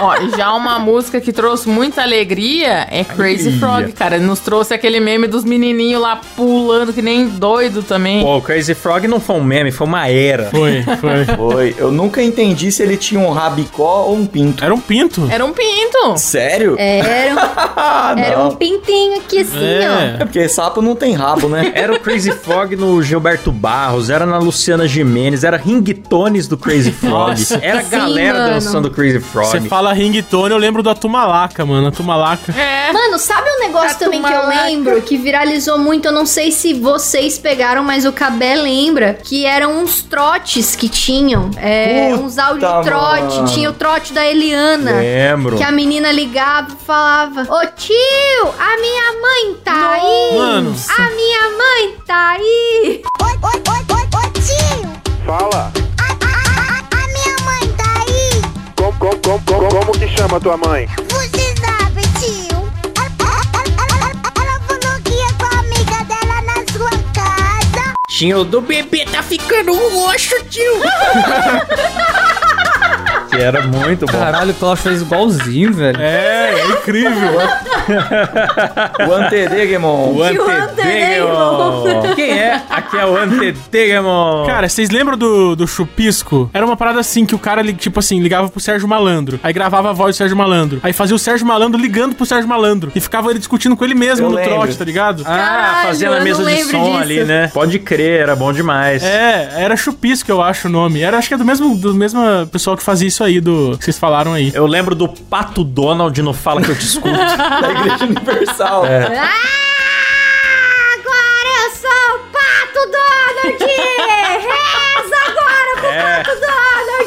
Ó, e já uma música que trouxe muita alegria é Crazy Frog, cara. Nos trouxe aquele meme dos menininhos lá pulando que nem doido também. Pô, o Crazy Frog não foi um meme, foi uma era. Foi, foi. Foi. Eu nunca entendi se ele tinha um rabicó ou um pinto. Era um pinto. Era um pinto. Sério? Era, Ah, um, era um não. pintinho aqui assim, ó. É porque sapo não tem rabo, né? Era o Crazy Frog no Gilberto Barros, era na Luciana Jimenez, era ringtones do Crazy Frog, Nossa. era a Sim, galera mano. dançando Crazy Frog. Você fala ringtone, eu lembro da Tumalaca, mano. A Tumalaca. É. Mano, sabe um negócio Gato também que eu malaca. lembro, que viralizou muito, eu não sei se vocês pegaram, mas o Cabé lembra, que eram uns trotes que tinham, é, Puta, uns áudio mano. trote, tinha o trote da Eliana. Lembro. Que a menina ligava e falava: Ô tio, a minha mãe tá aí! Mano. A minha mãe tá aí! Fala. A, minha mãe tá aí. Como, como, como, como, como que chama tua mãe? Você não tinha o do bebê tá ficando roxo, tio. Que era muito bom. Caralho, o Klaus fez igualzinho, velho. É, é incrível. O Antedegemon. O né, Antedegemon. Quem é? Aqui é o Antedegemon. Cara, vocês lembram do, do Chupisco? Era uma parada assim que o cara, li- tipo assim, ligava pro Sérgio Malandro. Aí gravava a voz do Sérgio Malandro. Aí fazia o Sérgio Malandro ligando pro Sérgio Malandro. E ficava ele discutindo com ele mesmo Eu no lembro. trote, tá ligado? Ah, Caralho, fazendo a eu não mesa de lembro som disso. ali, né? Pode crer, era bom demais. É, era Chupisco, eu acho o nome. Era, acho que é do mesmo, do mesmo pessoal que fazia isso aí, do que vocês falaram aí. Eu lembro do Pato Donald no Fala Que Eu Te Escuto. Da Igreja Universal. Ah, agora eu sou o Pato Donald! Reza agora pro É. Pato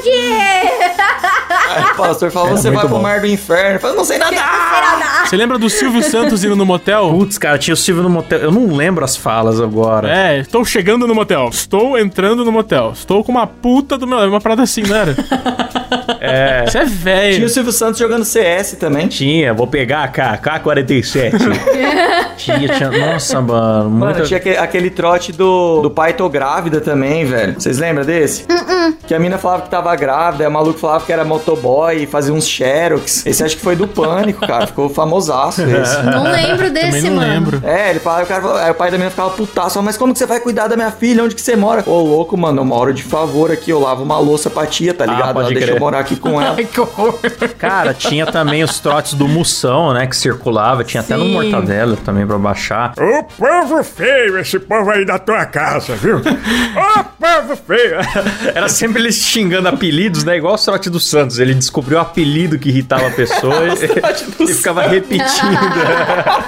Donald! Aí o pastor fala, Era você muito vai pro bom. mar do inferno. Fala, não sei nadar. Você lembra do Silvio Santos indo no motel? Putz, cara, tinha o Silvio no motel. Eu não lembro as falas agora. É, estou chegando no motel. Estou entrando no motel. Estou com uma puta do meu. É uma parada assim, não era? É. Você é Tinha o velho. Silvio Santos jogando CS também. Tinha, vou pegar a K, K47. tinha, tinha. Nossa, mano. Mano, Muita... tinha aque- aquele trote do, do pai tô grávida também, velho. Vocês lembram desse? Que a mina falava que tava grávida, aí o maluco falava que era motoboy e fazia uns xerox. Esse acho que foi do pânico, cara. Ficou famosaço esse. Não lembro Também desse, não mano. lembro. É, ele falava, o cara falava- aí o pai da menina ficava putaço, mas como que você vai cuidar da minha filha? Onde que você mora? Ô, louco, mano, eu moro de favor aqui, eu lavo uma louça pra tia, tá ligado? Ah, pode ela deixa crer. eu morar aqui com ela. Ai, que horror. Cara, tinha também os trotes do Moção, né? Que circulava. Tinha até no Sim. Mortadela também pra baixar. Ô povo feio, esse povo aí da tua casa, viu? Ô povo feio! Era sempre ele xingando apelidos, né? Igual o trote do Santos. Ele descobriu o apelido que irritava a pessoa e, e ficava repetindo.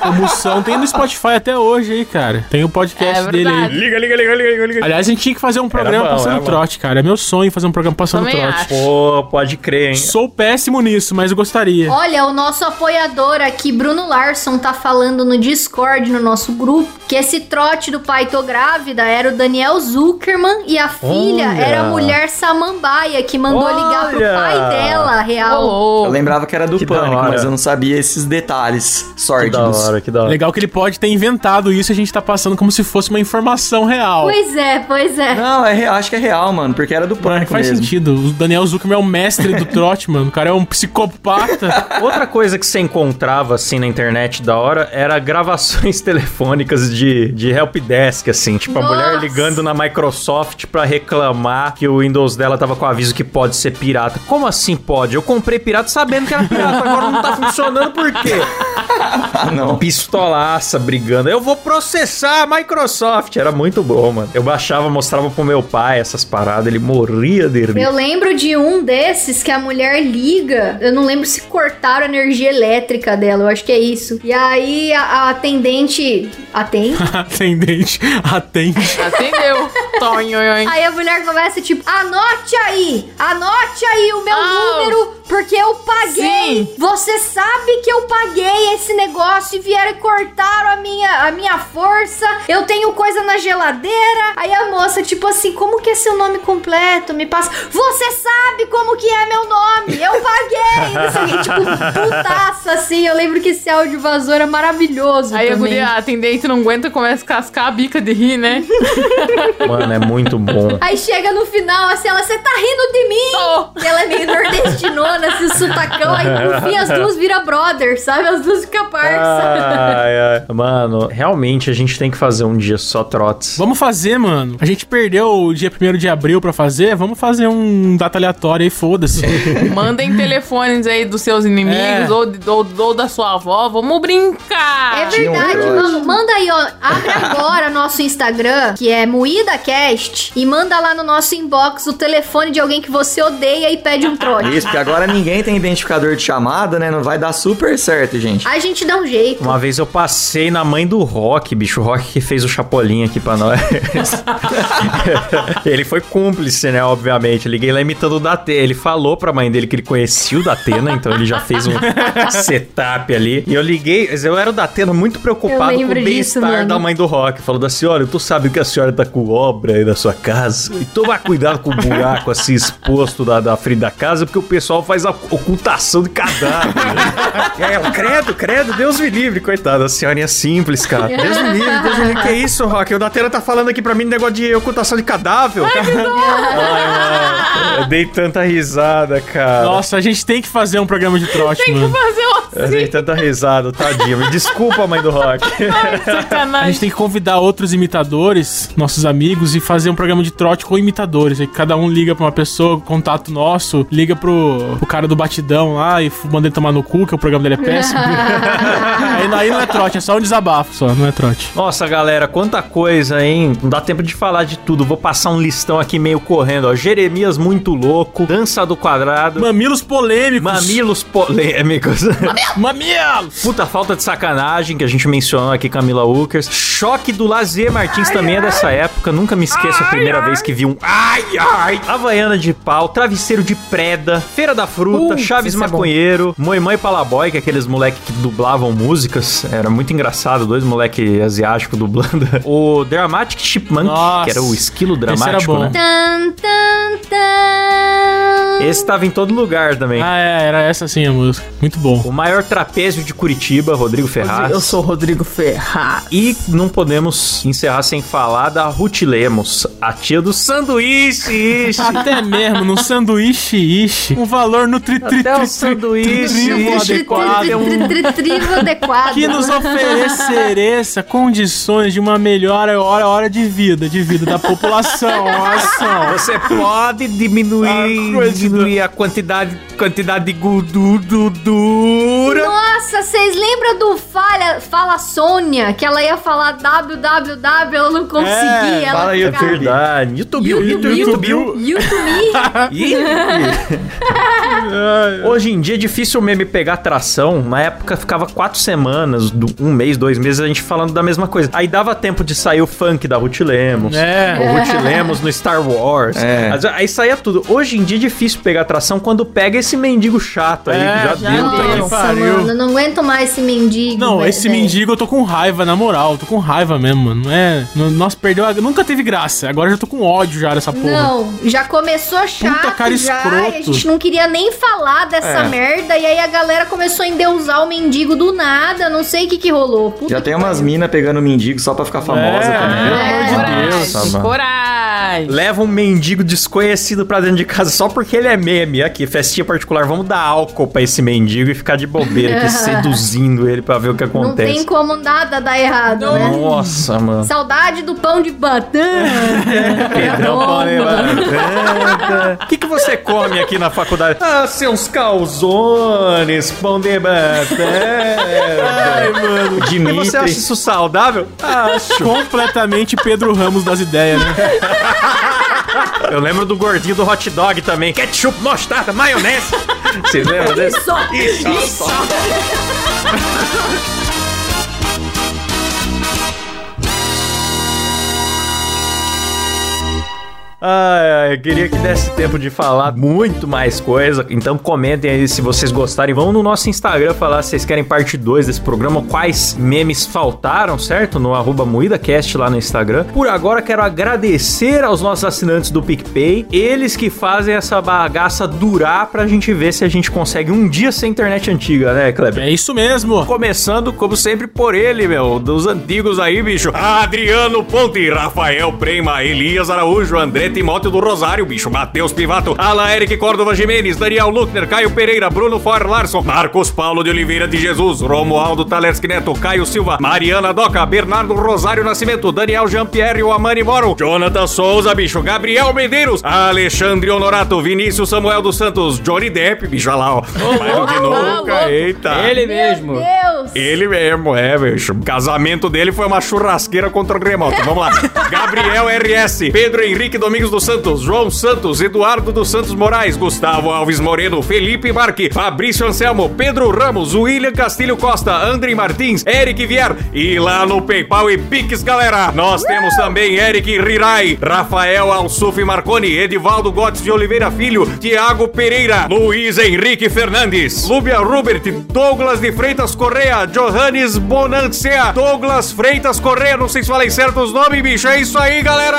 O Moção tem no Spotify até hoje aí, cara. Tem o podcast É verdade. dele aí. Liga, liga, liga, liga, liga, liga. Aliás, a gente tinha que fazer um programa bom, passando era bom. trote, cara. É meu sonho fazer um programa passando Também trote. acho. Pô, pode crer, hein? Sou péssimo nisso, mas eu gostaria. Olha, o nosso apoiador aqui, Bruno Larson, tá falando no Discord, no nosso grupo, que esse trote do pai tô grávida era o Daniel Zuckerman e a filha Olha. era a mulher samambaia que mandou ligar pro Olha. pai dela, real. Eu Alô. lembrava que era do Que da pânico, hora. mas eu não sabia esses detalhes Que da sórdidos. hora, que da hora. Legal que ele pode ter inventado isso e a gente tá passando como se fosse uma informação real. Pois é, pois é. Não, é real, acho que é real, mano, porque era do pânico Faz mesmo. sentido. O Daniel Zuckerman é o mestre do trote, mano. O cara é um psicopata. Outra coisa que você encontrava, assim, na internet da hora era gravações telefônicas de, de helpdesk, assim. Tipo, a Nossa. mulher ligando na Microsoft pra reclamar que o Windows dela tava com aviso que pode ser pirata. Como assim pode? Eu comprei pirata sabendo que era pirata, agora não tá funcionando por quê? Ah, não. Pistolaça brigando. Eu vou processar a Microsoft. Era muito bom, mano. Eu baixava, mostrava pro meu pai essas paradas, ele morria de rir. Eu lembro de um desses que a mulher liga. Eu não lembro se cortaram a energia elétrica dela, eu acho que é isso. E aí a, a atendente. Atende? Atendente. Atende. Atendeu. Tonho, hein? Aí a mulher começa tipo: anote aí! Anote aí o meu Ah, número, porque eu paguei! sim. Você sabe que eu paguei esse negócio e vieram e cortaram a minha, a minha força. Eu tenho coisa na geladeira. Aí a moça, tipo assim, como que é seu nome completo? Me passa. Você sabe como que é meu nome! Eu paguei! Não sei o quê. tipo, putaça assim. Eu lembro que esse áudio vazou era maravilhoso. Aí a também. guria, a atendente não aguenta, começa a cascar a bica de rir, né? Mano, é muito bom. Aí chega no final, assim, ela, você tá rindo de mim? Tô. E ela é meio nordestinona, assim, o sotacão. Aí no fim as duas viram brother, sabe? As duas ficam parça. Ai, ai. Mano, realmente a gente tem que fazer um dia só trotes. Vamos fazer, mano. A gente perdeu o dia 1 de abril pra fazer. Vamos fazer um data aleatória aí, foda-se. Mandem telefones aí dos seus inimigos É. ou, de- ou- ou da sua avó. Vamos brincar. É tinha um verdade, episódio. mano. Manda aí, ó. Abre agora nosso Instagram, que é MoídaCast, e manda lá no nosso inbox o telefone de alguém que você odeia e pede um trote. Isso, porque agora ninguém tem identificador de chamada, né? Não vai dar super certo, gente. A gente dá um jeito. Uma vez eu passei na mãe do Rock, bicho. O Rock que fez o Chapolin aqui pra nós. ele foi cúmplice, né? Obviamente. Eu Liguei lá imitando o Datena. Ele falou pra mãe dele que ele conhecia o Datena, então ele já fez um setup ali. E eu liguei, mas eu era o Datena muito preocupado Eu com o lembro disso, bem-estar mano. da mãe do Rock. Falando assim: olha, tu sabe que a senhora tá com obra aí na sua casa. E tomar cuidado com o buraco assim exposto da, da frente da casa, porque o pessoal vai faz a ocultação de cadáver. E aí ela, É, credo, credo, Deus me livre, coitada. A senhorinha simples, cara. Deus me livre, Deus me livre. Que isso, Rock? O Datena tá falando aqui pra mim de negócio de ocultação de cadáver. Ai, que Eu dei tanta risada, cara. Nossa, a gente tem que fazer um programa de trote, Tem que mano. fazer uma Eu dei tanta risada, tadinha. Me desculpa, mãe do Rock. A gente sacanagem. tem que convidar outros imitadores, nossos amigos, e fazer um programa de trote com imitadores. Aí cada um liga pra uma pessoa, contato nosso, liga pro, pro cara do batidão lá e f- manda ele tomar no cu, que o programa dele é péssimo. aí, aí não é trote, é só um desabafo só, não é trote. Nossa, galera, quanta coisa, hein? Não dá tempo de falar de tudo. Vou passar um listão aqui meio correndo, ó. Jeremias muito louco, Dança do Quadrado, Mamilos polêmicos. Mamilos polêmicos. Mamilos! Puta falta de sacanagem que a gente mencionou aqui, Camila Ukers. Choque do Lazier Martins também é dessa época. Nunca me esqueço a primeira vez que vi um ai, ai. Havaiana de pau, travesseiro de preda, Feira da Fruta, Putz, Chaves esse é bom. Maconheiro, Moi Mãe Palaboy, que é aqueles moleque que dublavam músicas. Era muito engraçado, dois moleque asiático dublando. O Dramatic Chipmunk, Nossa. que era o esquilo era dramático, bom. né? Tan, tan, tan. Esse tava em todo lugar também. Ah, é, era essa sim a música. Muito bom. O maior trapézio de Curitiba, Rodrigo Ferraz. Eu sou o Rodrigo Ferraz. E não podemos encerrar sem falar da Ruth Lemos, a tia do sanduíche. Ixi. Até mesmo num sanduíche ishi, um valor no tri tri Até tri- o tri- tri- sanduíche tri- adequado. é um- Trivo adequado. que nos oferecereça condições de uma melhor hora, hora de vida, de vida da população, ação. Você pode diminuir, diminuir a quantidade, quantidade de gordura. Nossa, vocês lembram do Falha, Fala Sônia? Que ela ia falar www, ela não conseguia. ela fala aí, É ficava, verdade. YouTube, YouTube, YouTube, YouTube, YouTube. YouTube. Ih. Hoje em dia é difícil o meme pegar tração. Na época ficava quatro semanas, do- um mês, dois meses, a gente falando da mesma coisa. Aí dava tempo de sair o funk da Ruth Lemos. É. O Ruth Lemos no Star Wars. É. Mas Aí saía tudo. Hoje em dia é difícil pegar tração quando pega esse mendigo chato tá aí. É, que já já deu. deu. também. que Nossa, pariu. mano, eu não aguento mais esse mendigo. Não, velho. esse mendigo eu tô com raiva, na moral. eu Tô com raiva mesmo, mano. Não é. no- Nossa, perdeu a. Nunca teve graça. Agora eu já tô com ódio já dessa porra. Não, já começou chato cara já, e a escroto. gente não queria nem falar dessa merda, e aí a galera começou a endeusar o mendigo do nada, não sei o que que rolou. Puta Já que tem umas minas pegando mendigo só pra ficar famosa É. também. Pelo amor de coragem, Deus, Saban. coragem. Leva um mendigo desconhecido pra dentro de casa só porque ele é meme. Aqui, festinha particular, vamos dar álcool pra esse mendigo e ficar de bobeira aqui, seduzindo ele pra ver o que Não acontece. tem como nada dar errado, né? Nossa, mano. Saudade do pão de batata. Pedrão Panebata. O que, que você come aqui na faculdade? Ah, seus calzones, pão de batata. mano. Mas Você acha Dimitri. isso saudável? Ah, Acho. Completamente Pedro Ramos das ideias, né? Eu lembro do gordinho do hot dog também. Ketchup, mostarda, maionese. Vocês lembram desse? Isso, isso. Ai, ai, eu queria que desse tempo de falar muito mais coisa. Então comentem aí se vocês gostarem. Vão no nosso Instagram falar se vocês querem parte 2 desse programa, quais memes faltaram, certo? No arroba MoídaCast lá no Instagram. Por agora, quero agradecer aos nossos assinantes do PicPay. Eles que fazem essa bagaça durar pra gente ver se a gente consegue um dia sem internet antiga, né, Kleber? É isso mesmo. Começando, como sempre, por ele, meu, dos antigos aí, bicho. Adriano Ponte, Rafael Prema, Elias Araújo, André Timóteo do Rosário, bicho, Matheus Pivato, Ala Eric Córdova Jimenez, Daniel Luckner, Caio Pereira, Bruno For Larson, Marcos Paulo de Oliveira de Jesus, Romualdo Talerski Neto, Caio Silva, Mariana Doca, Bernardo Rosário Nascimento, Daniel Jean-Pierre, o Amani Moro, Jonathan Souza, bicho, Gabriel Medeiros, Alexandre Honorato, Vinícius Samuel dos Santos, Johnny Depp, bicho, olha lá, ó. Mais do que nunca, eita. Ele É mesmo. Deus. Ele mesmo, é, bicho. O casamento dele foi uma churrasqueira contra o remoto. Vamos lá. Gabriel RS, Pedro Henrique Domingos dos Santos, João Santos, Eduardo dos Santos Moraes, Gustavo Alves Moreno, Felipe Marque, Fabrício Anselmo, Pedro Ramos, William Castilho Costa, André Martins, Eric Vier e lá no PayPal e Pix, galera. Nós temos também Eric Rirai, Rafael Alsuf Marconi, Edivaldo Gottes de Oliveira Filho, Tiago Pereira, Luiz Henrique Fernandes, Lúbia Rubert, Douglas de Freitas Correa, Johannes Bonancia, Douglas Freitas Correa, não sei se falei certo Ah, É os nomes, bicho. É isso aí, galera!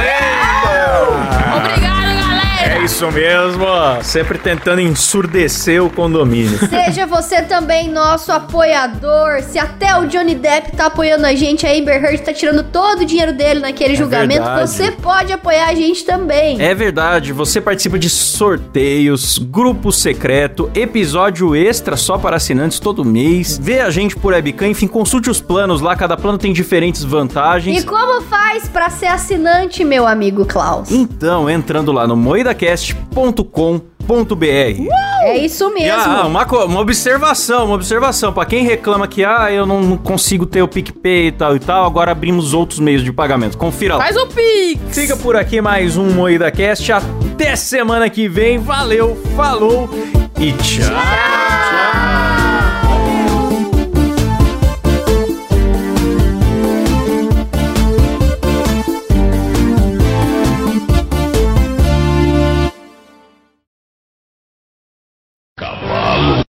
Eita! Obrigado, galera. É isso isso mesmo. Sempre tentando ensurdecer o condomínio. Seja você também nosso apoiador. Se até o Johnny Depp tá apoiando a gente, a Amber Heard tá tirando todo o dinheiro dele naquele julgamento, É verdade. você pode apoiar a gente também. É verdade, você participa de sorteios, grupo secreto, episódio extra só para assinantes todo mês. Vê a gente por webcam, enfim, consulte os planos lá, cada plano tem diferentes vantagens. E como faz pra ser assinante, meu amigo Klaus? Então, entrando lá no moidacast.com.br. É isso E, mesmo. ah, uma, co- uma observação, uma observação. Pra quem reclama que, ah, eu não não consigo ter o PicPay e tal e tal, agora abrimos outros meios de pagamento. Confira lá. Faz o Pix! Fica por aqui mais um Moída Cast. Até semana que vem. Valeu, falou e tchau.